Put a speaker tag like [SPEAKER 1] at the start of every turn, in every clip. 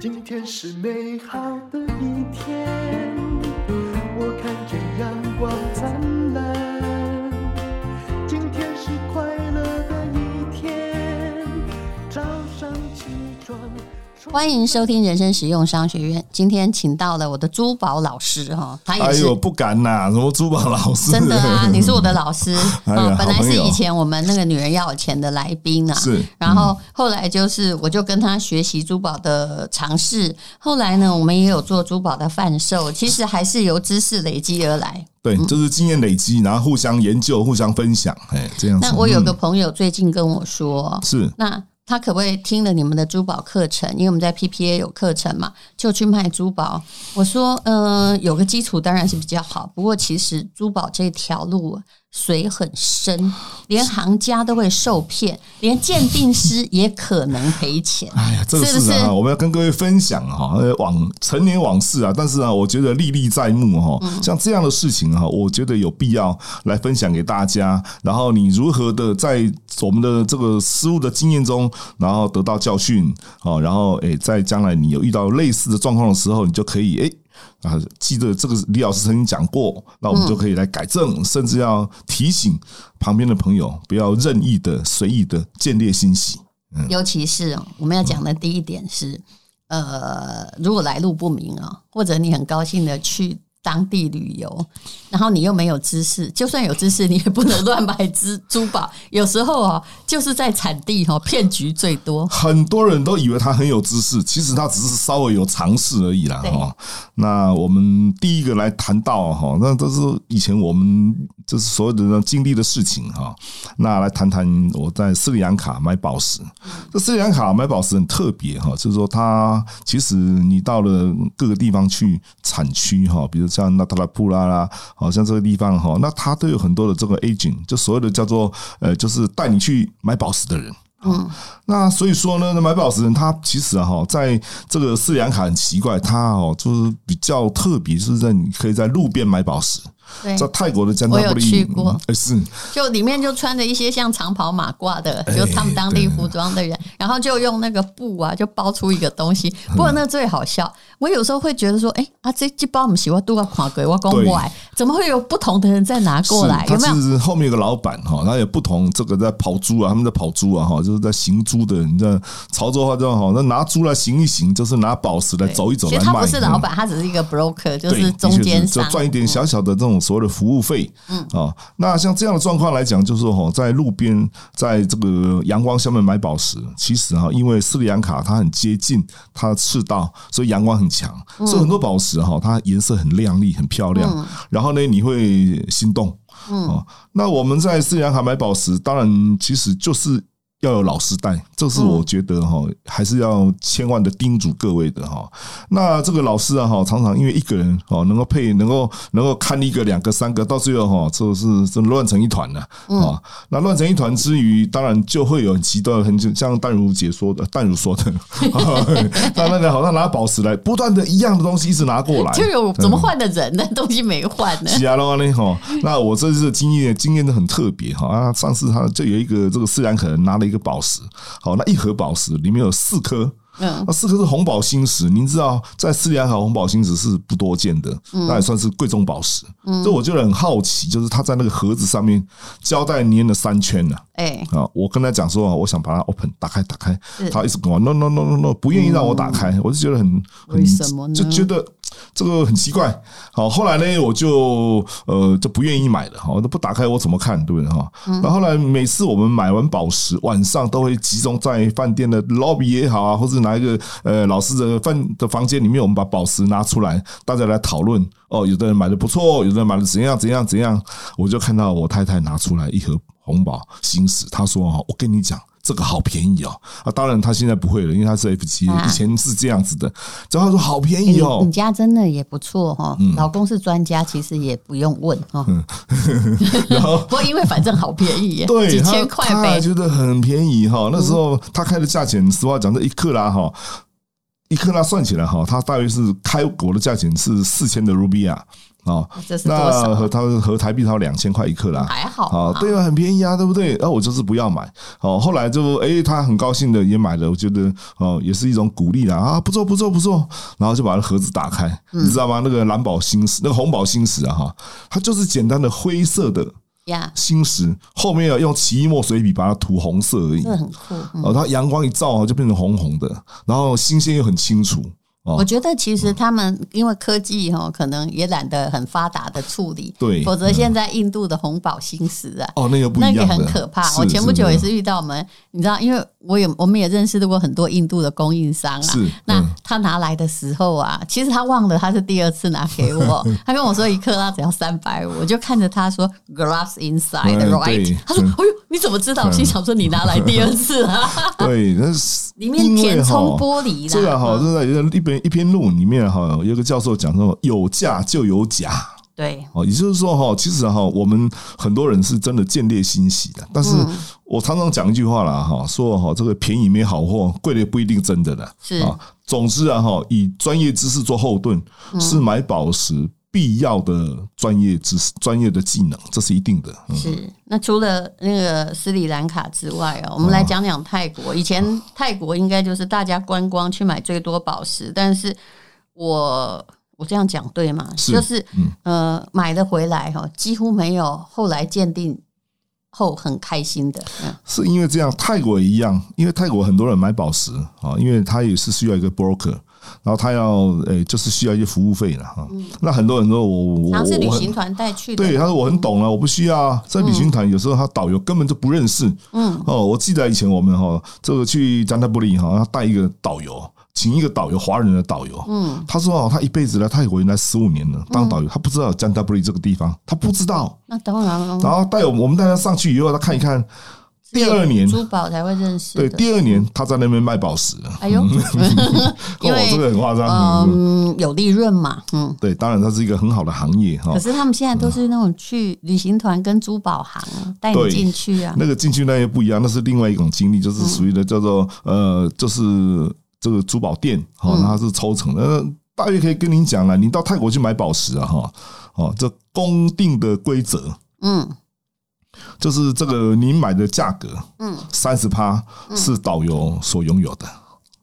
[SPEAKER 1] 今天是美好的一天，我看见阳光灿烂。今天是快乐的一天，早上起床。
[SPEAKER 2] 欢迎收听人生实用商学院。今天请到了我的珠宝老师哈，他也
[SPEAKER 3] 哎
[SPEAKER 2] 是
[SPEAKER 3] 呦，不敢呐、什么珠宝老师？
[SPEAKER 2] 真的 啊，你是我的老师
[SPEAKER 3] 哎呀
[SPEAKER 2] 啊。
[SPEAKER 3] 好
[SPEAKER 2] 本来是
[SPEAKER 3] 朋友
[SPEAKER 2] 以前我们那个女人要有钱的来宾啊，
[SPEAKER 3] 是
[SPEAKER 2] 然后后来就是我就跟他学习珠宝的尝试。后来呢，我们也有做珠宝的贩售，其实还是由知识累积而来。
[SPEAKER 3] 对，就是经验累积，然后互相研究、互相分享，哎，这样子。
[SPEAKER 2] 那我有个
[SPEAKER 3] 嗯
[SPEAKER 2] 朋友最近跟我说，
[SPEAKER 3] 是
[SPEAKER 2] 那他可不可以听了你们的珠宝课程？因为我们在 PPA 有课程嘛，就去卖珠宝。我说，嗯、有个基础当然是比较好，不过其实珠宝这条路水很深，连行家都会受骗，连鉴定师也可能赔钱。
[SPEAKER 3] 哎呀，这个
[SPEAKER 2] 是不
[SPEAKER 3] 市场
[SPEAKER 2] 是
[SPEAKER 3] 啊，我们要跟各位分享哈、呃往陈年往事啊。但是啊，我觉得历历在目哈、
[SPEAKER 2] 嗯
[SPEAKER 3] 像这样的事情哈、我觉得有必要来分享给大家。然后你如何的在我们的这个失误的经验中，然后得到教训哦，然后诶，在将来你有遇到类似的状况的时候，你就可以诶。啊，记得这个李老师曾经讲过，那我们就可以来改正，甚至要提醒旁边的朋友不要任意的、随意的建立信息。
[SPEAKER 2] 尤其是哦我们要讲的第一点是，呃，如果来路不明啊、或者你很高兴的去当地旅游，然后你又没有知识，就算有知识，你也不能乱买 珠珠宝。有时候啊、就是在产地哈、哦，骗局最多。
[SPEAKER 3] 很多人都以为他很有知识，其实他只是稍微有尝试而已啦。
[SPEAKER 2] 对
[SPEAKER 3] 哈，那我们第一个来谈到哈，那都是以前我们就是所有的人经历的事情哈。那来谈谈我在斯里兰卡买宝石。这斯里兰卡买宝石很特别哈，就是说它其实你到了各个地方去产区哈，比如像纳塔拉布拉啦，好像这个地方哈，那它都有很多的这个 agent，就所谓的叫做呃，就是带你去买宝石的人。那所以说呢，那买宝石人他其实哈、在这个斯里兰卡很奇怪，他哦就是比较特别，就是在你可以在路边买宝石，
[SPEAKER 2] 对，
[SPEAKER 3] 在泰国的加
[SPEAKER 2] 我
[SPEAKER 3] 纳
[SPEAKER 2] 有
[SPEAKER 3] 布
[SPEAKER 2] 去
[SPEAKER 3] 里，
[SPEAKER 2] 过
[SPEAKER 3] 嗯哎是
[SPEAKER 2] 就里面就穿着一些像长袍马褂的，
[SPEAKER 3] 哎
[SPEAKER 2] 就他们当地服装的人，然后就用那个布啊，就包出一个东西。不
[SPEAKER 3] 嗯
[SPEAKER 2] 过那最好笑，我有时候会觉得说，哎、啊，这这包我们喜欢都要垮鬼，我公
[SPEAKER 3] 对
[SPEAKER 2] 外，怎么会有不同的人再拿过
[SPEAKER 3] 是
[SPEAKER 2] 来？有
[SPEAKER 3] 他
[SPEAKER 2] 没有
[SPEAKER 3] 其？实后面有个老板哈，他有不同这个在跑猪啊，他们在跑猪啊哈，就是在行猪的，你知道潮州话叫哈，哦那拿猪来行一行，就是拿宝石来
[SPEAKER 2] 对
[SPEAKER 3] 走一走
[SPEAKER 2] 其
[SPEAKER 3] 来
[SPEAKER 2] 实
[SPEAKER 3] 卖。
[SPEAKER 2] 他不是老
[SPEAKER 3] 嗯
[SPEAKER 2] 板，他只是一个 broker，就
[SPEAKER 3] 对，
[SPEAKER 2] 是
[SPEAKER 3] 的
[SPEAKER 2] 中
[SPEAKER 3] 确
[SPEAKER 2] 间
[SPEAKER 3] 就
[SPEAKER 2] 商，
[SPEAKER 3] 赚一点小小的这种所谓的服务费。嗯啊，那像这样的状况来讲，就是说哈，在路边，在这个阳光下面买宝石，其实哈，因为斯里兰卡它很接近它的赤道，所以阳光很强，
[SPEAKER 2] 嗯
[SPEAKER 3] 所以很多宝石哈，它颜色很亮丽，很漂亮。然后呢，你会心动。
[SPEAKER 2] 嗯
[SPEAKER 3] 哦，那我们在斯里兰卡买宝石，当然其实就是要有老师带，这是我觉得哈，还是要千万的叮嘱各位的哈。那这个老师啊哈，常常因为一个人哦，能够配能够能够看一个、两个、三个，到最后哈，就是真的乱成一团了啊。那乱成一团之余，当然就会有很极端的，很像淡如姐说的，淡如说的， 他那个好像拿宝石来，不断的一样的东西一直拿过来，
[SPEAKER 2] 就有怎么换的人呢？东西没换呢。
[SPEAKER 3] 是啊，喽呢吼，
[SPEAKER 2] 嗯
[SPEAKER 3] 那我这次的经验经验都很特别哈啊！上次他就有一个这个斯然可能拿了一个宝石，好，那一盒宝石里面有四颗。
[SPEAKER 2] 嗯
[SPEAKER 3] 那四颗是红宝星石，您知道在斯里兰卡红宝星石是不多见的，
[SPEAKER 2] 嗯
[SPEAKER 3] 那也算是贵重宝石。这我就很好奇，就是他在那个盒子上面胶带粘了三圈呢、
[SPEAKER 2] 哎，
[SPEAKER 3] 啊，我跟他讲说，我想把它 open 打开打开
[SPEAKER 2] 是，嗯
[SPEAKER 3] 他一直跟我 no no no no no，不愿意让我打开，我就觉得很很
[SPEAKER 2] 为什么呢
[SPEAKER 3] 就觉得这个很奇怪。好，后来呢，我就呃就不愿意买了，哈，都不打开我怎么看，对不对哈？
[SPEAKER 2] 嗯
[SPEAKER 3] 然后后来每次我们买完宝石，晚上都会集中在饭店的 lobby 也好啊，或者哪一个呃老师的饭的房间里面，我们把宝石拿出来，大家来讨论。哦，有的人买的不错，有的人买的怎样怎样怎样，我就看到我太太拿出来一盒红宝星石，她说：“哦，我跟你讲，这个好便宜哦。”啊，当然她现在不会了，因为她是 F 七，
[SPEAKER 2] 啊
[SPEAKER 3] 以前是这样子的。然后她说好便宜
[SPEAKER 2] 你
[SPEAKER 3] 哦
[SPEAKER 2] 你，家真的也不错哈，
[SPEAKER 3] 嗯
[SPEAKER 2] 老公是专家，其实也不用问哈。
[SPEAKER 3] 然后。
[SPEAKER 2] 不过因为反正好便宜耶，
[SPEAKER 3] 对，
[SPEAKER 2] 嗯几
[SPEAKER 3] 她
[SPEAKER 2] 千块
[SPEAKER 3] 她
[SPEAKER 2] 呗。嗯
[SPEAKER 3] 觉得很便宜哈。那时候她开的价钱，实话讲，这一克拉哈，一克拉算起来哈，它大约是开国的价钱是四千的卢比亚，啊。
[SPEAKER 2] 这是多
[SPEAKER 3] 那和
[SPEAKER 2] 少？
[SPEAKER 3] 它和台币它两千块一克啦，
[SPEAKER 2] 还哦好
[SPEAKER 3] 啊
[SPEAKER 2] 吧，
[SPEAKER 3] 对啊，很便宜啊，对不对？然、后我就是不要买，哦，后来就诶，他很高兴的也买了，我觉得哦，也是一种鼓励啦，啊，不错不错不错，然后就把那盒子打开，
[SPEAKER 2] 嗯
[SPEAKER 3] 你知道吗？那个蓝宝星石，那个红宝星石啊，哈，它就是简单的灰色的
[SPEAKER 2] 呀，
[SPEAKER 3] 星石，后面要用奇异墨水笔把它涂红色而已
[SPEAKER 2] 这，个很酷。嗯
[SPEAKER 3] 哦，它阳光一照啊，就变成红红的，然后新鲜又很清楚，哦
[SPEAKER 2] 我觉得其实他们因为科技哈，可能也懒得很发达的处理，
[SPEAKER 3] 对
[SPEAKER 2] 否则现在印度的红宝星石啊，
[SPEAKER 3] 哦，那个不
[SPEAKER 2] 那
[SPEAKER 3] 一
[SPEAKER 2] 个
[SPEAKER 3] 样的，
[SPEAKER 2] 很可怕。
[SPEAKER 3] 是
[SPEAKER 2] 我前不久也，是
[SPEAKER 3] 的
[SPEAKER 2] 遇到我们，你知道，因为我有我们也认识过很多印度的供应商啊
[SPEAKER 3] 是。
[SPEAKER 2] 那
[SPEAKER 3] 嗯
[SPEAKER 2] 他拿来的时候啊，其实他忘了他是第二次拿给 我，他跟我说一克拉只要三百五，我就看着他说 glass inside
[SPEAKER 3] 嗯
[SPEAKER 2] right，
[SPEAKER 3] 对
[SPEAKER 2] 他说
[SPEAKER 3] 嗯
[SPEAKER 2] 哎呦你怎么知道？我心想说你拿来第二次 啊，
[SPEAKER 3] 对，那是
[SPEAKER 2] 里面
[SPEAKER 3] 因为
[SPEAKER 2] 填充
[SPEAKER 3] 哈
[SPEAKER 2] 玻璃
[SPEAKER 3] 这个
[SPEAKER 2] 啦，
[SPEAKER 3] 哈，
[SPEAKER 2] 嗯
[SPEAKER 3] 就在一篇一篇论文里面哈，有一个教授讲说，有价就有假。
[SPEAKER 2] 对，
[SPEAKER 3] 哦，也就是说哈，其实哈，我们很多人是真的见猎心喜的，但是
[SPEAKER 2] 嗯
[SPEAKER 3] 我常常讲一句话啦哈，说哈，这个便宜没好货，贵的不一定真的啦。
[SPEAKER 2] 是
[SPEAKER 3] 啊，总之啊哈，以专业知识做后盾，
[SPEAKER 2] 嗯
[SPEAKER 3] 是买宝石必要的专业知识、专业的技能，这是一定的。嗯
[SPEAKER 2] 是，那除了那个斯里兰卡之外哦，我们来讲讲泰国。以前泰国应该就是大家观光去买最多宝石，但是我我这样讲对吗？
[SPEAKER 3] 是
[SPEAKER 2] 就是
[SPEAKER 3] 嗯
[SPEAKER 2] 呃，买了回来哦，几乎没有后来鉴定后很开心的。嗯，
[SPEAKER 3] 是因为这样，泰国也一样，因为泰国很多人买宝石啊，因为他也是需要一个 broker，然后他要诶、就是需要一些服务费了哈。那很多人说我我
[SPEAKER 2] 然后嗯是旅
[SPEAKER 3] 我
[SPEAKER 2] 行
[SPEAKER 3] 很
[SPEAKER 2] 团带去的，
[SPEAKER 3] 对，他说我很懂了，我不需要啊。在旅行团有时候他导游根本就不认识，
[SPEAKER 2] 嗯，
[SPEAKER 3] 哦，我记得以前我们哈，这个去占泰布里哈，他带一个导游，请一个导游，华人的导游，
[SPEAKER 2] 嗯，
[SPEAKER 3] 他说哦，他一辈子来泰国已经来十五年了，当导游，他不知道占泰布里这个地方，他不知道，
[SPEAKER 2] 那当然
[SPEAKER 3] 然
[SPEAKER 2] 了，
[SPEAKER 3] 后带我们我们带他上去以后，他看一看，第二年
[SPEAKER 2] 珠宝才会认识
[SPEAKER 3] 对，
[SPEAKER 2] 的。
[SPEAKER 3] 第二年他在那边卖宝石，
[SPEAKER 2] 哎呦，因
[SPEAKER 3] 哦，这
[SPEAKER 2] 为
[SPEAKER 3] 个很夸张。嗯
[SPEAKER 2] 嗯有利润嘛，嗯。
[SPEAKER 3] 对，当然它是一个很好的行业哈
[SPEAKER 2] 可。是他们现在都是那种去旅行团跟珠宝行啊带你
[SPEAKER 3] 嗯对
[SPEAKER 2] 进去啊，嗯
[SPEAKER 3] 那个进去那也不一样，那是另外一种经历，就是属于的叫做呃，就是这个珠宝店
[SPEAKER 2] 嗯
[SPEAKER 3] 哦，它是抽成的。呃大约可以跟您讲了，你到泰国去买宝石啊哈，哦，这公定的规则
[SPEAKER 2] 嗯
[SPEAKER 3] 就是这个您买的价格
[SPEAKER 2] 嗯，
[SPEAKER 3] 三十趴是导游所拥有的。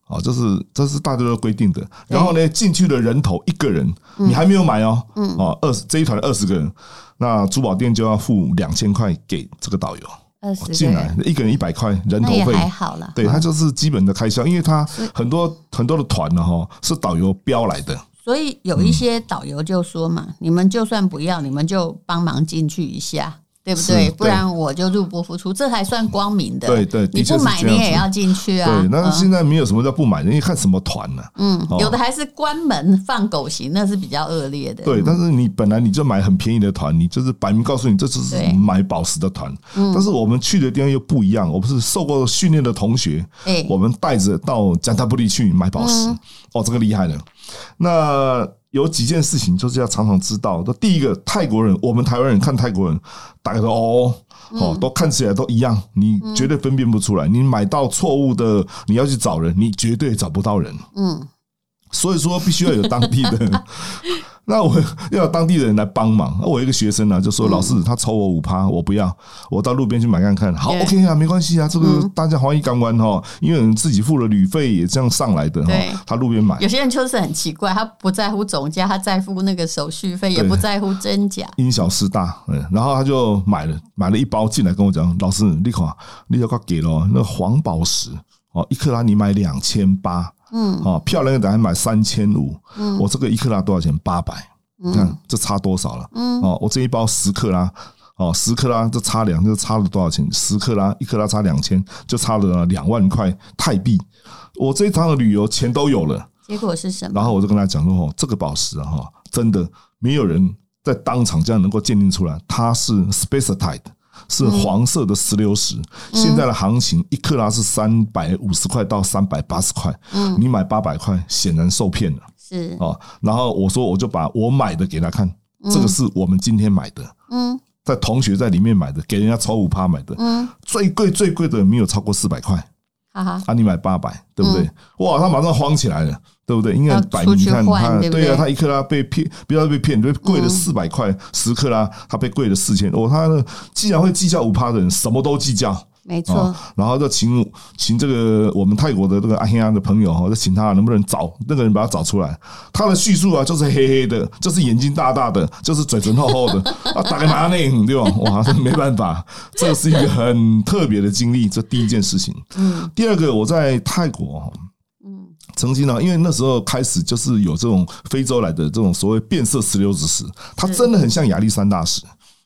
[SPEAKER 3] 哦，这是这是大家都规定的。然后呢，进去的人头一个人，你还没有买哦，嗯，哦，二十这一团二十个人，那珠宝店就要付两千块给这个导游
[SPEAKER 2] 二十
[SPEAKER 3] 哦进来，一个人一百块人
[SPEAKER 2] 那
[SPEAKER 3] 头
[SPEAKER 2] 也
[SPEAKER 3] 费，
[SPEAKER 2] 还好啦。
[SPEAKER 3] 对，它就是基本的开销，因为它很多很多的团呢，哈，是导游标来的，
[SPEAKER 2] 所以有一些导游就说嘛，
[SPEAKER 3] 嗯
[SPEAKER 2] 你们就算不要，你们就帮忙进去一下。对不对？
[SPEAKER 3] 是
[SPEAKER 2] 不然我就入不敷出，这还算光明的。
[SPEAKER 3] 对对的
[SPEAKER 2] 你不
[SPEAKER 3] 确是
[SPEAKER 2] 买
[SPEAKER 3] 这
[SPEAKER 2] 你
[SPEAKER 3] 样
[SPEAKER 2] 也
[SPEAKER 3] 子
[SPEAKER 2] 要进去啊。
[SPEAKER 3] 对。那
[SPEAKER 2] 嗯
[SPEAKER 3] 现在没有什么叫不买的，因为看什么团呢，
[SPEAKER 2] 嗯，
[SPEAKER 3] 哦
[SPEAKER 2] 有的还是关门放狗行，那是比较恶劣的。
[SPEAKER 3] 对，但是你本来你就买很便宜的团，你就是摆明告诉你这就是
[SPEAKER 2] 对
[SPEAKER 3] 买宝石的团。但是我们去的地方又不一样，我们是受过训练的同学，
[SPEAKER 2] 哎，
[SPEAKER 3] 我们带着到加泰布利去买宝石，哦，这个厉害了。那有几件事情就是要常常知道。那第一个，泰国人，我们台湾人看泰国人，大家都哦哦，都看起来都一样，你绝对分辨不出来。你买到错误的，你要去找人，你绝对找不到人。
[SPEAKER 2] 嗯，
[SPEAKER 3] 所以说必须要有当地 的。那我要有当地的人来帮忙。那我有一个学生呢、就说：“老师，他抽我五趴，我不要，我到路边去买看看。”
[SPEAKER 2] 嗯
[SPEAKER 3] 好
[SPEAKER 2] 对嗯
[SPEAKER 3] ，OK 啊，没关系啊，这个大家欢喜干完哈，因为我们自己付了旅费也这样上来的哈
[SPEAKER 2] 对，
[SPEAKER 3] 他路边买
[SPEAKER 2] 有。些人就是很奇怪，他不在乎总价，他在乎那个手续费，也
[SPEAKER 3] 对
[SPEAKER 2] 不在乎真假。
[SPEAKER 3] 因小失大，嗯，然后他就买了买了一包进来跟我讲，老师，你看，你要快给了那个黄宝石哦，一克拉你买两千八，
[SPEAKER 2] 嗯，
[SPEAKER 3] 哦，漂亮一点还买三千五，我这个一克拉多少钱？八百，你看这差多少了？
[SPEAKER 2] 嗯
[SPEAKER 3] 哦，我这一包十克拉，哦，十克拉这差两，这差了多少钱？十克拉一克拉差两千，就差了两万块泰币。我这一趟的旅游钱都有了，
[SPEAKER 2] 结果是什么？
[SPEAKER 3] 然后我就跟他讲说，哦，这个宝石啊，哈，真的没有人在当场这样能够鉴定出来，它是 spacetite。是黄色的石榴石，现在的行情一克拉是三百五十块到三百八十块，你买八百块，显然受骗了
[SPEAKER 2] 是
[SPEAKER 3] 啊。然后我说，我就把我买的给他看，这个是我们今天买的，
[SPEAKER 2] 嗯
[SPEAKER 3] 在同学在里面买的，给人家抽五趴买的，
[SPEAKER 2] 嗯，
[SPEAKER 3] 最贵最贵的没有超过四百块，
[SPEAKER 2] 哈哈，
[SPEAKER 3] 啊，你买八百，对不对？哇，他马上慌起来了，对不对？因为
[SPEAKER 2] 嗯要
[SPEAKER 3] 百
[SPEAKER 2] 出
[SPEAKER 3] 米，你
[SPEAKER 2] 去
[SPEAKER 3] 看
[SPEAKER 2] 换
[SPEAKER 3] 他，
[SPEAKER 2] 对不
[SPEAKER 3] 对
[SPEAKER 2] 对
[SPEAKER 3] 啊，他一克拉被骗，不要被骗，被贵了
[SPEAKER 2] 嗯
[SPEAKER 3] 四百块，十克拉他被贵了四千。哦，他呢既然会计较五趴的人，什么都计较。
[SPEAKER 2] 没
[SPEAKER 3] 啊
[SPEAKER 2] 错，，
[SPEAKER 3] 然后就请请这个我们泰国的这个阿黑啊安的朋友哈，就请他能不能找那个人把他找出来。他的叙述啊，就是黑黑的，就是眼睛大大的，就是嘴唇厚厚的，啊，打个麻内对吧？哇，这没办法，这是一个很特别的经历，这第一件事情。
[SPEAKER 2] 嗯
[SPEAKER 3] 第二个，我在泰国哈
[SPEAKER 2] 嗯，
[SPEAKER 3] 曾经呢、因为那时候开始就是有这种非洲来的这种所谓变色石榴之石，它真的很像亚历山大石。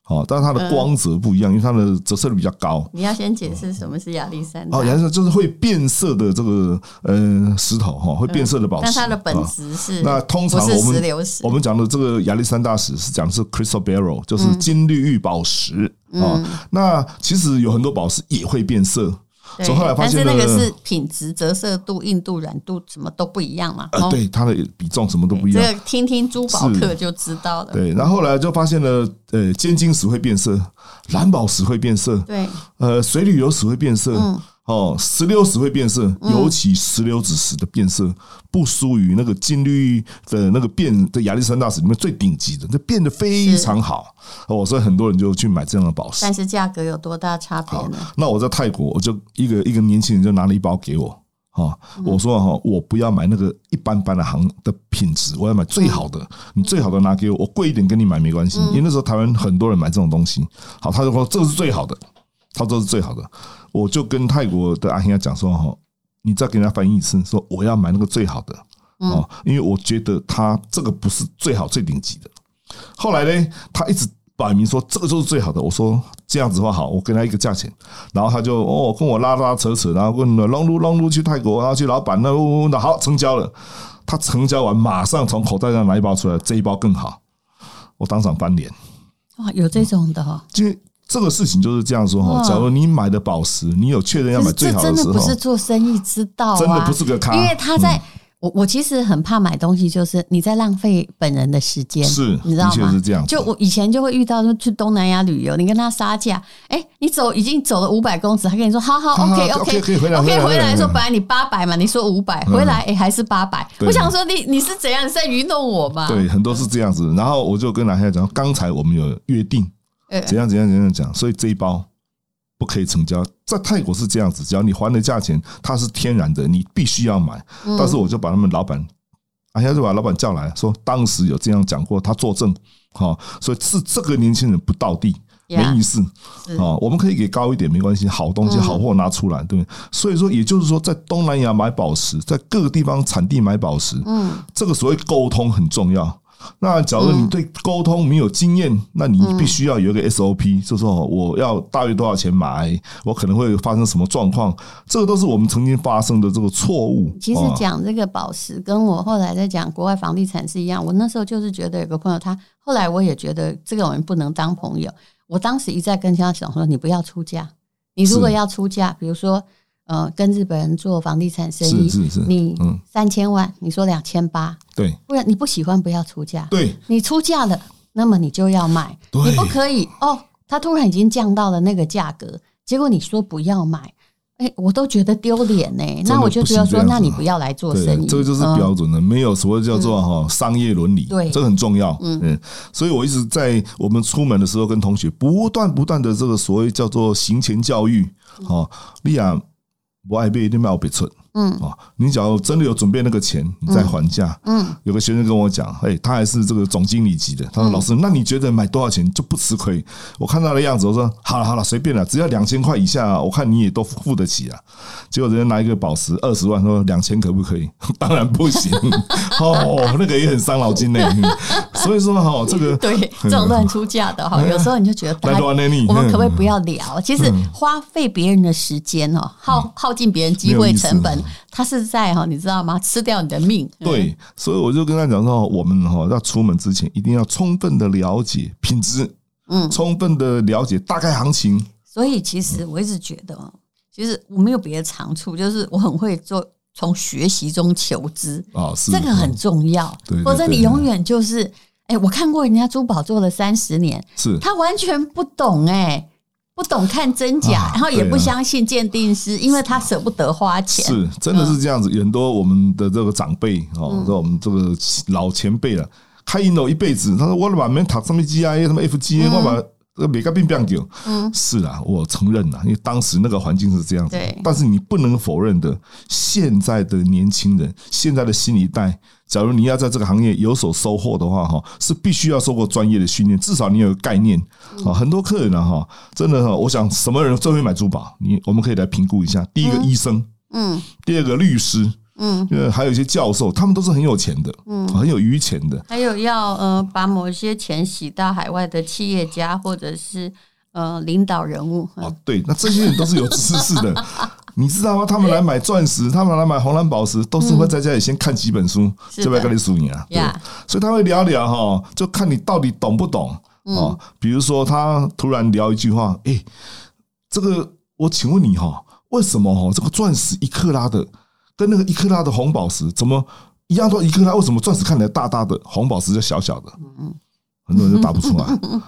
[SPEAKER 3] 哦，但是它的光泽不一样，因为它的折射率比较高。
[SPEAKER 2] 你要先解释什么是亚历山大
[SPEAKER 3] 哦，，颜色就是会变色的这个呃石头哈，会变色的宝石。
[SPEAKER 2] 但嗯它的本
[SPEAKER 3] 啊
[SPEAKER 2] 质是
[SPEAKER 3] 那通常
[SPEAKER 2] 不是
[SPEAKER 3] 我们
[SPEAKER 2] 石榴石
[SPEAKER 3] 我们讲的这个亚历山大石是讲的是 crystal beryl，就是
[SPEAKER 2] 嗯
[SPEAKER 3] 金绿玉宝石啊。那其实有很多宝石也会变色，
[SPEAKER 2] 对
[SPEAKER 3] 从后来发
[SPEAKER 2] 但是
[SPEAKER 3] 现
[SPEAKER 2] 那个
[SPEAKER 3] 呢
[SPEAKER 2] 是品质、折射度、硬度、软度什么都不一样嘛。
[SPEAKER 3] 呃，
[SPEAKER 2] 哦，
[SPEAKER 3] 对它的比重什么都不一样
[SPEAKER 2] 这。个听听珠宝
[SPEAKER 3] 是
[SPEAKER 2] 课就知道了。
[SPEAKER 3] 对，然后后来就发现了，呃，尖晶石会变色，蓝宝石会变色，
[SPEAKER 2] 对，
[SPEAKER 3] 呃，水旅游石会变色，哦，石榴石会变色，尤其石榴子石的变色不输于那个金绿的那个变的亚历山大石里面最顶级的，那变得非常好哦，所以很多人就去买这样的宝石
[SPEAKER 2] 但。是价格有多大差别呢？
[SPEAKER 3] 那我在泰国，我就一个一个年轻人就拿了一包给我。啊，我说哈，我不要买那个一般般的行的品质，我要买最好的。你最好的拿给我，我贵一点跟你买没关系，因为那时候台湾很多人买这种东西。好，他就说这个是最好的，他说是最好的。我就跟泰国的阿兄亚讲说哈，你再给人家翻译一次，说我要买那个最好的哦，因为我觉得他这个不是最好最顶级的。后来呢，他一直摆明说这个就是最好的。我说这样子的话好，我跟他一个价钱，然后他就哦跟啊我拉拉扯扯，然后哦问了 long 路 long 路去泰国，然后去老板那问问的好成交了。他成交完，马上从口袋上拿一包出来，这一包更好。我当场翻脸，
[SPEAKER 2] 哇，有这种的哦，
[SPEAKER 3] 因为这个事情就是这样说哈。
[SPEAKER 2] 哇
[SPEAKER 3] 假如你买的宝石，你有确认要
[SPEAKER 2] 可
[SPEAKER 3] 买
[SPEAKER 2] 是
[SPEAKER 3] 最
[SPEAKER 2] 这
[SPEAKER 3] 好
[SPEAKER 2] 真
[SPEAKER 3] 的
[SPEAKER 2] 的
[SPEAKER 3] 时
[SPEAKER 2] 不
[SPEAKER 3] 候
[SPEAKER 2] 是，做生意之道啊，
[SPEAKER 3] 真的不是个咖，嗯
[SPEAKER 2] 因为他在。我我其实很怕买东西，就是你在浪费本人的时间，
[SPEAKER 3] 是
[SPEAKER 2] 你知道
[SPEAKER 3] 的确
[SPEAKER 2] 吗？
[SPEAKER 3] 是这样子
[SPEAKER 2] 就我以前就会遇到，就去东南亚旅游，你跟他杀价，哎、你走已经走了五百公尺，他跟你说好好
[SPEAKER 3] 好好
[SPEAKER 2] OK
[SPEAKER 3] OK，
[SPEAKER 2] OK
[SPEAKER 3] 可以回来回来
[SPEAKER 2] OK
[SPEAKER 3] 回
[SPEAKER 2] 回
[SPEAKER 3] 来嗯
[SPEAKER 2] 来说本来你八百嘛，你说五百，回来哎、还是八百，
[SPEAKER 3] 对
[SPEAKER 2] 我想说你你是怎样你是在愚弄我嘛？
[SPEAKER 3] 对，很多是这样子。然后我就跟男孩讲，刚才我们有约定，
[SPEAKER 2] 呃，
[SPEAKER 3] 怎样怎样怎样讲，所以这一包不可以成交。在泰国是这样子，只要你还的价钱它是天然的，你必须要买。但是我就把他们老板，啊，现在就把老板叫来说，当时有这样讲过，他作证，好、所以是这个年轻人不到地。没
[SPEAKER 2] Yeah
[SPEAKER 3] 意思
[SPEAKER 2] 是嗯
[SPEAKER 3] 啊、我们可以给高一点没关系，好东西好货拿出来，对不对？所以说，也就是说，在东南亚买宝石，在各个地方产地买宝石，
[SPEAKER 2] 嗯，
[SPEAKER 3] 这个所谓沟通很重要。那假如你对沟通没有经验，那你
[SPEAKER 2] 嗯
[SPEAKER 3] 必须要有一个 SOP，、就说哦我要大约多少钱买，我可能会发生什么状况，这个都是我们曾经发生的这个错误。
[SPEAKER 2] 其实
[SPEAKER 3] 哦
[SPEAKER 2] 讲这个宝石，跟我后来在讲国外房地产是一样。我那时候就是觉得有个朋友他，后来我也觉得这种人不能当朋友。我当时一再跟他讲说，你不要出价，你如果
[SPEAKER 3] 是
[SPEAKER 2] 要出价，比如说呃，跟日本人做房地产生意，
[SPEAKER 3] 是是是
[SPEAKER 2] 你
[SPEAKER 3] 嗯
[SPEAKER 2] 三千万，你说两千八，
[SPEAKER 3] 对
[SPEAKER 2] 不然你不喜欢不要出价，
[SPEAKER 3] 对
[SPEAKER 2] 你出价了，那么你就要卖，
[SPEAKER 3] 对
[SPEAKER 2] 你不可以哦。他突然已经降到了那个价格，结果你说不要买，哎、我都觉得丢脸呢。
[SPEAKER 3] 的
[SPEAKER 2] 那我就觉得
[SPEAKER 3] 不行这
[SPEAKER 2] 说，
[SPEAKER 3] 样子啊
[SPEAKER 2] 那你不要来做生
[SPEAKER 3] 对，
[SPEAKER 2] 意，
[SPEAKER 3] 这个就是
[SPEAKER 2] 嗯
[SPEAKER 3] 标准的，没有所谓叫做哈商业伦理，
[SPEAKER 2] 对
[SPEAKER 3] 这个很重要。嗯，所以我一直在我们出门的时候跟同学不断不断的这个所谓叫做行前教育，哦，你亚不爱被一定要被蠢。
[SPEAKER 2] 嗯
[SPEAKER 3] 哦，你假如真的有准备那个钱，你再还价。
[SPEAKER 2] 嗯，
[SPEAKER 3] 有个学生跟我讲，哎，他还是这个总经理级的，他说：“老师，那你觉得买多少钱就不吃亏？”我看他的样子，我说：“好了好了，随便了，只要两千块以下，啊我看你也都付得起啊。”结果人家拿一个宝石二十万，说两千可不可以？ 当然不 行，哦，那个也很伤脑筋呢。所以说哈、哦，这个
[SPEAKER 2] 对， 这种乱出价的哈，有时候你就觉得大
[SPEAKER 3] 来
[SPEAKER 2] 家。
[SPEAKER 3] 乱的你，嗯
[SPEAKER 2] 我们可不 可以不要聊？其实花费别人的时间哦，耗耗尽别人机
[SPEAKER 3] 没有
[SPEAKER 2] 会
[SPEAKER 3] 意思
[SPEAKER 2] 成本，他是在哈，你知道吗？吃掉你的命。嗯，
[SPEAKER 3] 对，所以我就跟他讲说，我们哈要出门之前一定要充分的了解品质，
[SPEAKER 2] 嗯
[SPEAKER 3] 充分的了解大概行情，
[SPEAKER 2] 所以其实我一直觉得哦，其实我没有别的长处，就是我很会做，从学习中求知，
[SPEAKER 3] 啊，是
[SPEAKER 2] 这个很重要
[SPEAKER 3] 对对。
[SPEAKER 2] 否则
[SPEAKER 3] 对
[SPEAKER 2] 你永远就是，哎，我看过人家珠宝做了三十年，
[SPEAKER 3] 是
[SPEAKER 2] 他完全不懂哎、不懂看真假，
[SPEAKER 3] 啊
[SPEAKER 2] 然后也
[SPEAKER 3] 对啊
[SPEAKER 2] 不相信鉴定师，因为他舍不得花钱。
[SPEAKER 3] 是，真的是这样子。很多我们的这个长辈
[SPEAKER 2] 嗯
[SPEAKER 3] 哦，说我们这个老前辈了，开银楼一辈子，他说我把门塔上面 GIA 什么 FGA，、我把。这每个病变掉，
[SPEAKER 2] 嗯
[SPEAKER 3] 是啊，我承认啊，因为当时那个环境是这样子
[SPEAKER 2] 对。
[SPEAKER 3] 但是你不能否认的，现在的年轻人，现在的新一代，假如你要在这个行业有所收获的话，哈，是必须要受过专业的训练，至少你有个概念
[SPEAKER 2] 嗯
[SPEAKER 3] 啊。很多客人啊，哈，真的哈，我想什么人最会买珠宝？你我们可以来评估一下。第一个，医生，
[SPEAKER 2] 嗯
[SPEAKER 3] 第二个律师，
[SPEAKER 2] 嗯，
[SPEAKER 3] 呃，还有一些教授，他们都是很有钱的，嗯，很有余钱的，
[SPEAKER 2] 还有要呃把某些钱洗到海外的企业家或者是呃领导人物，
[SPEAKER 3] 哦，对，那这些人都是有知识的，你知道吗？他们来买钻石，他们来买红蓝宝石，都是会在家里先看几本书，
[SPEAKER 2] 嗯是的
[SPEAKER 3] 这边跟你数你啊，对
[SPEAKER 2] 呀，
[SPEAKER 3] 所以他会聊聊哈，就看你到底懂不懂
[SPEAKER 2] 嗯
[SPEAKER 3] 哦。比如说，他突然聊一句话，哎，这个我请问你哈，为什么哈这个钻石一克拉的跟那个一克拉的红宝石怎么一样都一克拉？为什么钻石看起来大大的，红宝石就小小的？
[SPEAKER 2] 嗯
[SPEAKER 3] 很多人就答不 出来，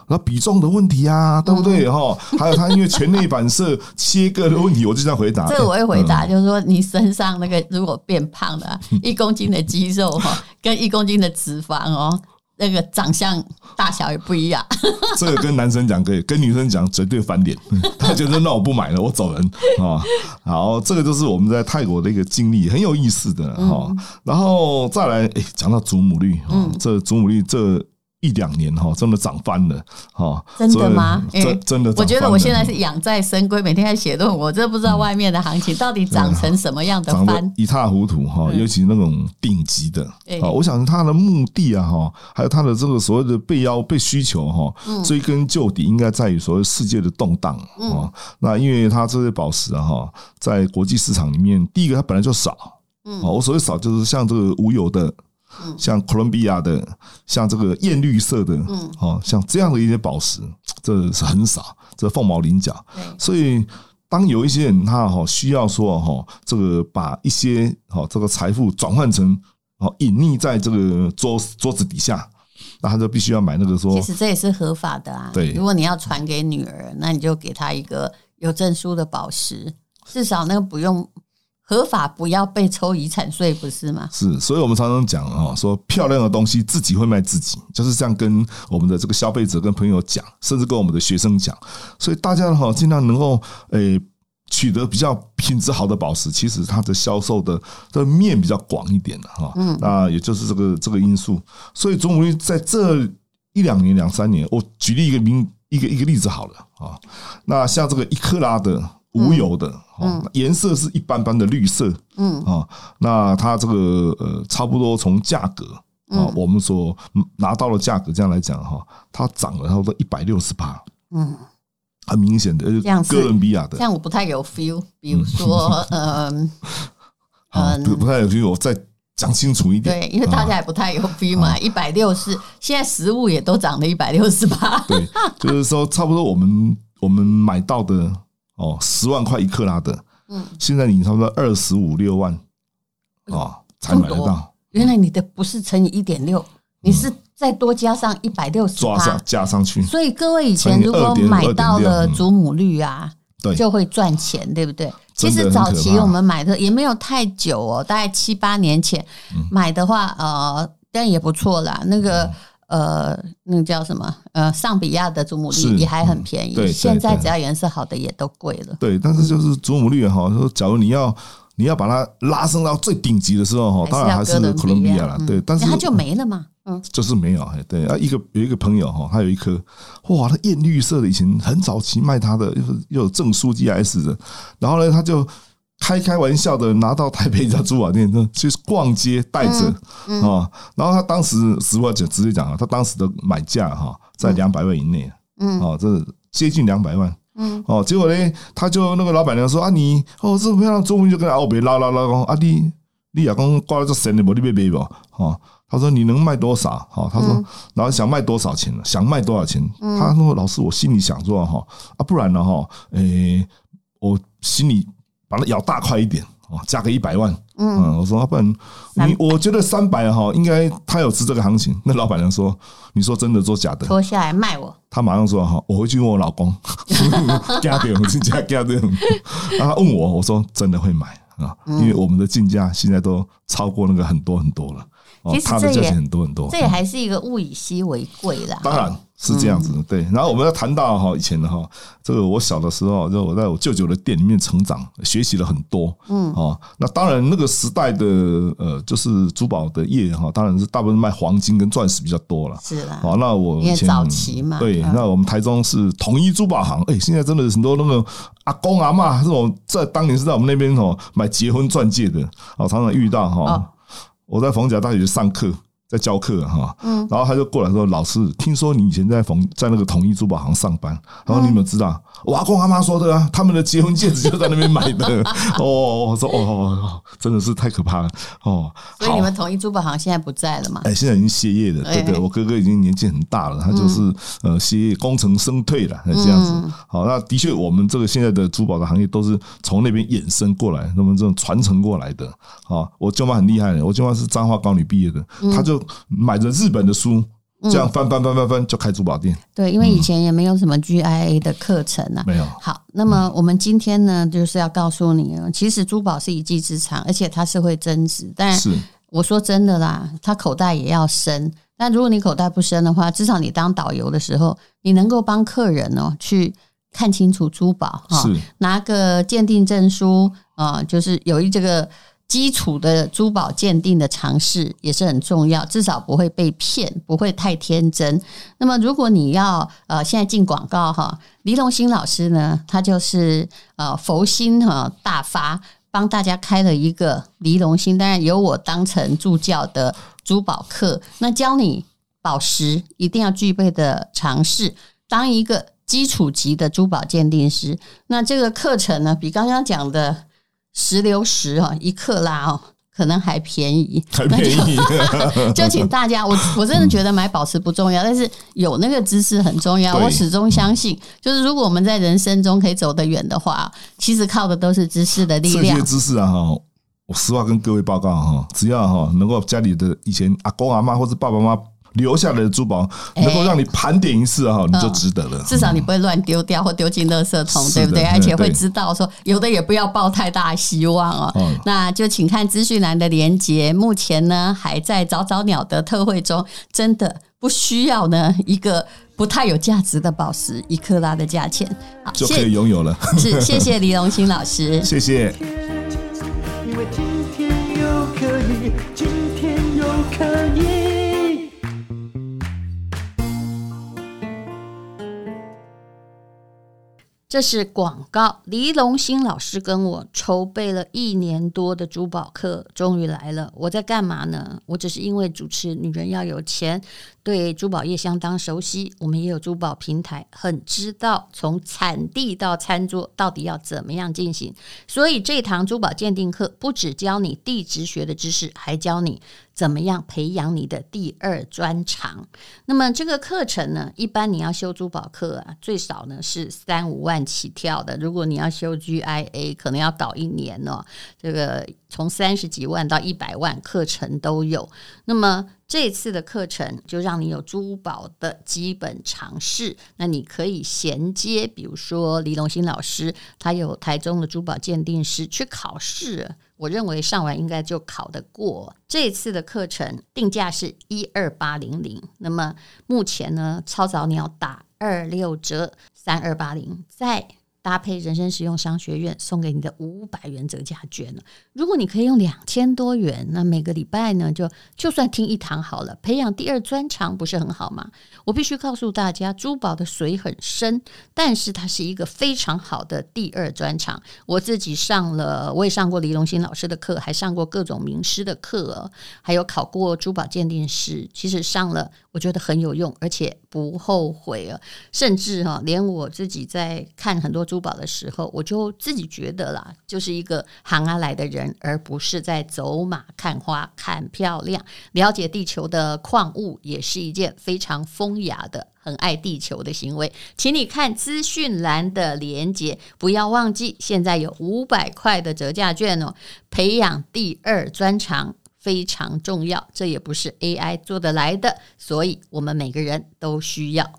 [SPEAKER 3] 那比重的问题啊，对不
[SPEAKER 2] 嗯
[SPEAKER 3] 对哈？还有他因为全内反射切割的问题，我就这样回答。
[SPEAKER 2] 这个我会回
[SPEAKER 3] 嗯
[SPEAKER 2] 答，就是说你身上那个如果变胖 了啊，一公斤的肌肉哦，跟一公斤的脂肪哦，那个长相大小也不一样。
[SPEAKER 3] 这个跟男生讲可以，跟女生讲绝对翻脸。 他觉得那我不买了，我走人啊。好，这个就是我们在泰国的一个经历，很有意思的
[SPEAKER 2] 嗯
[SPEAKER 3] 哈。然后再来，哎，讲到祖母绿
[SPEAKER 2] 嗯
[SPEAKER 3] 啊，这祖母绿这一两年哈，真的涨翻了哈。
[SPEAKER 2] 真的吗
[SPEAKER 3] 真
[SPEAKER 2] 哎
[SPEAKER 3] 真真的涨翻了，
[SPEAKER 2] 我觉得我现在是养在深闺，每天在写论文，我真的不知
[SPEAKER 3] 嗯
[SPEAKER 2] 道外面的行情到底长成什么样的
[SPEAKER 3] 涨嗯得
[SPEAKER 2] 翻。
[SPEAKER 3] 一塌糊涂哈，
[SPEAKER 2] 嗯
[SPEAKER 3] 尤其那种顶级的
[SPEAKER 2] 对
[SPEAKER 3] 啊，我想他的目的啊哈，还有他的这个所谓的被邀被需求
[SPEAKER 2] 嗯
[SPEAKER 3] 哈，追根究底应该在于所谓世界的动荡啊。那因为它这些宝石啊哈，在国际市场里面，第一个它本来就少
[SPEAKER 2] 嗯
[SPEAKER 3] 啊，我所谓少就是像这个无油的。像哥伦比亚的，像这个艳绿色的，
[SPEAKER 2] 嗯
[SPEAKER 3] 哦，像这样的一些宝石，这是很少，这凤毛麟角。
[SPEAKER 2] 对，
[SPEAKER 3] 所以当有一些人他哈需要说哈这个把一些哈这个财富转换成哦隐匿在这个桌桌子底下，那他就必须要买那个说
[SPEAKER 2] 其实这也是合法的啊。
[SPEAKER 3] 对
[SPEAKER 2] 如果你要传给女儿，那你就给她一个有证书的宝石，至少那个不用合法，不要被抽遗产税，不是吗？
[SPEAKER 3] 是，所以我们常常讲哦，说漂亮的东西自己会卖自己，就是这样跟我们的这个消费者、跟朋友讲，甚至跟我们的学生讲。所以大家哈，尽量能够诶取得比较品质好的宝石，其实它的销售的的面比较广一点的哈。嗯，那也就是这个这个因素。所以中国在这一两年、两三年，我举例一个名一个一个例子好了啊。那像这个一克拉的无油的，哦颜色是一般般的绿色，
[SPEAKER 2] 嗯
[SPEAKER 3] 啊，那它这个呃，差不多从价格啊
[SPEAKER 2] 嗯，
[SPEAKER 3] 我们所拿到的价格这样来讲哈，它涨了差不多一百六十八，
[SPEAKER 2] 嗯，
[SPEAKER 3] 很明显的，而
[SPEAKER 2] 这样
[SPEAKER 3] 且
[SPEAKER 2] 是
[SPEAKER 3] 哥伦比亚的
[SPEAKER 2] 这，样我不太有 feel。比如说，嗯，
[SPEAKER 3] 啊，不不太有趣，我再讲清楚一点。
[SPEAKER 2] 对，因为大
[SPEAKER 3] 啊
[SPEAKER 2] 家也不太有 feel 嘛，一百六十，现在食物也都涨了一百六十八。
[SPEAKER 3] 对，就是说差不多我们我们买到的哦，十万块一克拉的，
[SPEAKER 2] 嗯，
[SPEAKER 3] 现在你差不多二十五六万啊才
[SPEAKER 2] 这
[SPEAKER 3] 买
[SPEAKER 2] 么
[SPEAKER 3] 得
[SPEAKER 2] 多
[SPEAKER 3] 到，
[SPEAKER 2] 原来你的不是乘以一点六，你是再多加上一百六十
[SPEAKER 3] 嗯抓上
[SPEAKER 2] 八。
[SPEAKER 3] 加上去，
[SPEAKER 2] 所以各位以前如果
[SPEAKER 3] 乘以2.6
[SPEAKER 2] 买到了祖母绿啊，
[SPEAKER 3] 嗯对，
[SPEAKER 2] 就会赚钱，对不对？其
[SPEAKER 3] 真的
[SPEAKER 2] 实早
[SPEAKER 3] 很可
[SPEAKER 2] 期
[SPEAKER 3] 怕
[SPEAKER 2] 我们买的也没有太久哦，大概七八年前
[SPEAKER 3] 嗯
[SPEAKER 2] 买的话，呃，但也不错啦。那个呃，那个叫什么？呃，上比亚的祖母
[SPEAKER 3] 是
[SPEAKER 2] 绿也还很便
[SPEAKER 3] 嗯对
[SPEAKER 2] 宜，
[SPEAKER 3] 对
[SPEAKER 2] 现在
[SPEAKER 3] 对
[SPEAKER 2] 只要颜色好的也都贵了。
[SPEAKER 3] 对，但是就是祖母绿哈，说假如你要你要把它拉升到最顶级的时候哦哈，当然还是
[SPEAKER 2] 要
[SPEAKER 3] 哥
[SPEAKER 2] 哥伦
[SPEAKER 3] 伦
[SPEAKER 2] 比
[SPEAKER 3] 比亚啦
[SPEAKER 2] 嗯，
[SPEAKER 3] 对，但是
[SPEAKER 2] 它就没了嘛。嗯，
[SPEAKER 3] 就是没有，哎对啊，一个有一个朋友哈，他有一颗哇，他艳绿色的，以前很早期卖他的，又是又有证书 GS 的，然后呢，他就开开玩笑的拿到台北一家珠宝店去逛街带着
[SPEAKER 2] 嗯
[SPEAKER 3] 啊，然后他当时实话讲直接讲啊，他当时的买价哈在两百万以内，
[SPEAKER 2] 嗯
[SPEAKER 3] 哦，这接近两百万，
[SPEAKER 2] 嗯，
[SPEAKER 3] 哦，结果呢，他就那个老板娘说啊你，哦这么漂亮，中文就跟他哦别拉拉拉讲啊你你也讲挂了这神的，无你别别不哦。他说：“你能卖多少？”哦，他说，然后想卖多少钱呢？想卖多少钱？他说：“老师，我心里想哦说哈，啊，不然呢哈，诶，我心里把它咬大块一点哦，价格一百万，嗯，我说、啊、不然你我觉得三百哈，应该他有值这个行情。那老板娘说，你说真的做假的？
[SPEAKER 2] 脱下来卖我，
[SPEAKER 3] 他马上说哈，我回去问我老公， 加点，进价加点。 然后他问我，我说真的会买啊，因为我们的进价现在都超过那个很多很多了，哦
[SPEAKER 2] 其，实
[SPEAKER 3] 他的
[SPEAKER 2] 这
[SPEAKER 3] 价
[SPEAKER 2] 也
[SPEAKER 3] 钱很多很多，嗯
[SPEAKER 2] 这也还是一个物以稀为贵啦。
[SPEAKER 3] 哦当然是这样子
[SPEAKER 2] 嗯
[SPEAKER 3] 的，对。然后我们要谈到哈以前的哈，这个我小的时候，就我在我舅舅的店里面成长，学习了很多，嗯，哦，那当然那个时代的呃，就是珠宝的业哈，当然是大部分卖黄金跟钻石比较多了。
[SPEAKER 2] 是啦，
[SPEAKER 3] 哦，那我以
[SPEAKER 2] 因为
[SPEAKER 3] 前
[SPEAKER 2] 啊早期嘛
[SPEAKER 3] 对，
[SPEAKER 2] 嗯
[SPEAKER 3] 那我们台中是统一珠宝行，哎，现在真的很多那个阿公阿嬷这种，在当年是在我们那边哦买结婚钻戒的，哦，常常遇到
[SPEAKER 2] 哦
[SPEAKER 3] 哈。我在逢甲大学上课，在教课哈，嗯，然后他就过来说，老师，听说你以前在逢在那个统一珠宝行上班，然后你有没有知道？
[SPEAKER 2] 嗯
[SPEAKER 3] 我阿公阿妈说的啊，他们的结婚戒指就在那边买 的。哦，我说哦哦，哦真的是太可怕了哦。
[SPEAKER 2] 所以你
[SPEAKER 3] 好
[SPEAKER 2] 们统一珠宝行现在不在了嘛？
[SPEAKER 3] 哎，现在已经歇业了，
[SPEAKER 2] 哎嗯
[SPEAKER 3] 对对，我哥哥已经年纪很大了，他就是呃歇业，功成身退了，那哎这样子。好，那的确，我们这个现在的珠宝的行业都是从那边衍生过来，那么这种传承过来的。好，我舅妈很厉害的，我舅妈是彰化高女毕业的，
[SPEAKER 2] 嗯
[SPEAKER 3] 她就买着日本的书，这样翻翻翻翻翻就开珠宝店，
[SPEAKER 2] 对，因为
[SPEAKER 3] 嗯
[SPEAKER 2] 以前也没有什么 GIA 的课程啊。
[SPEAKER 3] 没有。
[SPEAKER 2] 好，那
[SPEAKER 3] 嗯
[SPEAKER 2] 么我们今天呢，就是要告诉你，其实珠宝是一技之长，而且它是会增值。但
[SPEAKER 3] 是
[SPEAKER 2] 我说真的啦，它口袋也要深。但如果你口袋不深的话，至少你当导游的时候，你能够帮客人哦去看清楚珠宝哈、
[SPEAKER 3] 是
[SPEAKER 2] 拿个鉴定证书啊、呃就是有一这个基础的珠宝鉴定的常识也是很重要，至少不会被骗，不会太天真。那么如果你要呃现在进广告哈，黎龙兴老师呢，他就是呃佛心哈、大发。帮大家开了一个黎龙兴，当然由我当成助教的珠宝课，那教你宝石一定要具备的常识，当一个基础级的珠宝鉴定师。那这个课程呢，比刚刚讲的石榴石哈一克拉哦，可能还便 宜，
[SPEAKER 3] 很便宜。
[SPEAKER 2] 就请大家，我我真的觉得买宝石不重要，但是有那个知识很重要。
[SPEAKER 3] 对
[SPEAKER 2] 我始终相信，就是如果我们在人生中可以走得远的话，其实靠的都是知识的力
[SPEAKER 3] 这
[SPEAKER 2] 量
[SPEAKER 3] 些。知识啊，哈，我实话跟各位报告哈，只要哈能够家里的以前阿公阿妈或是爸爸妈妈留下来的珠宝，
[SPEAKER 2] 哎嗯
[SPEAKER 3] 能够让你盘点一次啊哈，你就值得了。
[SPEAKER 2] 至少你不会乱丢掉或丢进垃圾桶，
[SPEAKER 3] 是的
[SPEAKER 2] 对不对？
[SPEAKER 3] 嗯
[SPEAKER 2] 而且会
[SPEAKER 3] 对
[SPEAKER 2] 知道说，有的也不要抱太大希望哦。
[SPEAKER 3] 嗯
[SPEAKER 2] 那就请看资讯栏的连接。目前呢，还在早早鸟的特惠中，真的不需要呢一个不太有价值的宝石一克拉的价钱。好，
[SPEAKER 3] 就
[SPEAKER 2] 谢
[SPEAKER 3] 可以拥有了。
[SPEAKER 2] 是谢谢李荣兴老师，
[SPEAKER 3] 谢谢。
[SPEAKER 1] 因为今天又可以，今天又可以。
[SPEAKER 2] 这是广告。黎龙兴老师跟我筹备了一年多的珠宝课，终于来了。我在干嘛呢？我只是因为主持《女人要有钱》，对珠宝业相当熟悉。我们也有珠宝平台，很知道从产地到餐桌到底要怎么样进行。所以这堂珠宝鉴定课不只教你地质学的知识，还教你怎么样培养你的第二专长。那么这个课程呢，一般你要修珠宝课啊，最少呢是三五万起跳的。如果你要修 GIA，可能要搞一年哦。这个从三十几万到一百万课程都有。那么这次的课程就让你有珠宝的基本常识，那你可以衔接，比如说黎龙兴老师，他有台中的珠宝鉴定师去考试。我认为上完应该就考得过。这次的课程定价是一二八零零，那么目前呢，超早鸟打二六折，三二八零，再搭配人生实用商学院送给你的五百元折价券呢。如果你可以用两千多元，那每个礼拜呢，就就算听一堂好了，培养第二专长不是很好吗？我必须告诉大家，珠宝的水很深，但是它是一个非常好的第二专长。我自己上了，我也上过黎龙兴老师的课，还上过各种名师的课哦，还有考过珠宝鉴定师。其实上了，我觉得很有用，而且不后悔哦。甚至哈、连我自己在看很多珠宝的时候，我就自己觉得啦，就是一个行啊来的人，而不是在走马看花、看漂亮。了解地球的矿物也是一件非常风雅的。很爱地球的行为，请你看资讯栏的连接，不要忘记现在有五百块的折价券哦。培养第二专长非常重要，这也不是 AI 做得来的，所以我们每个人都需要。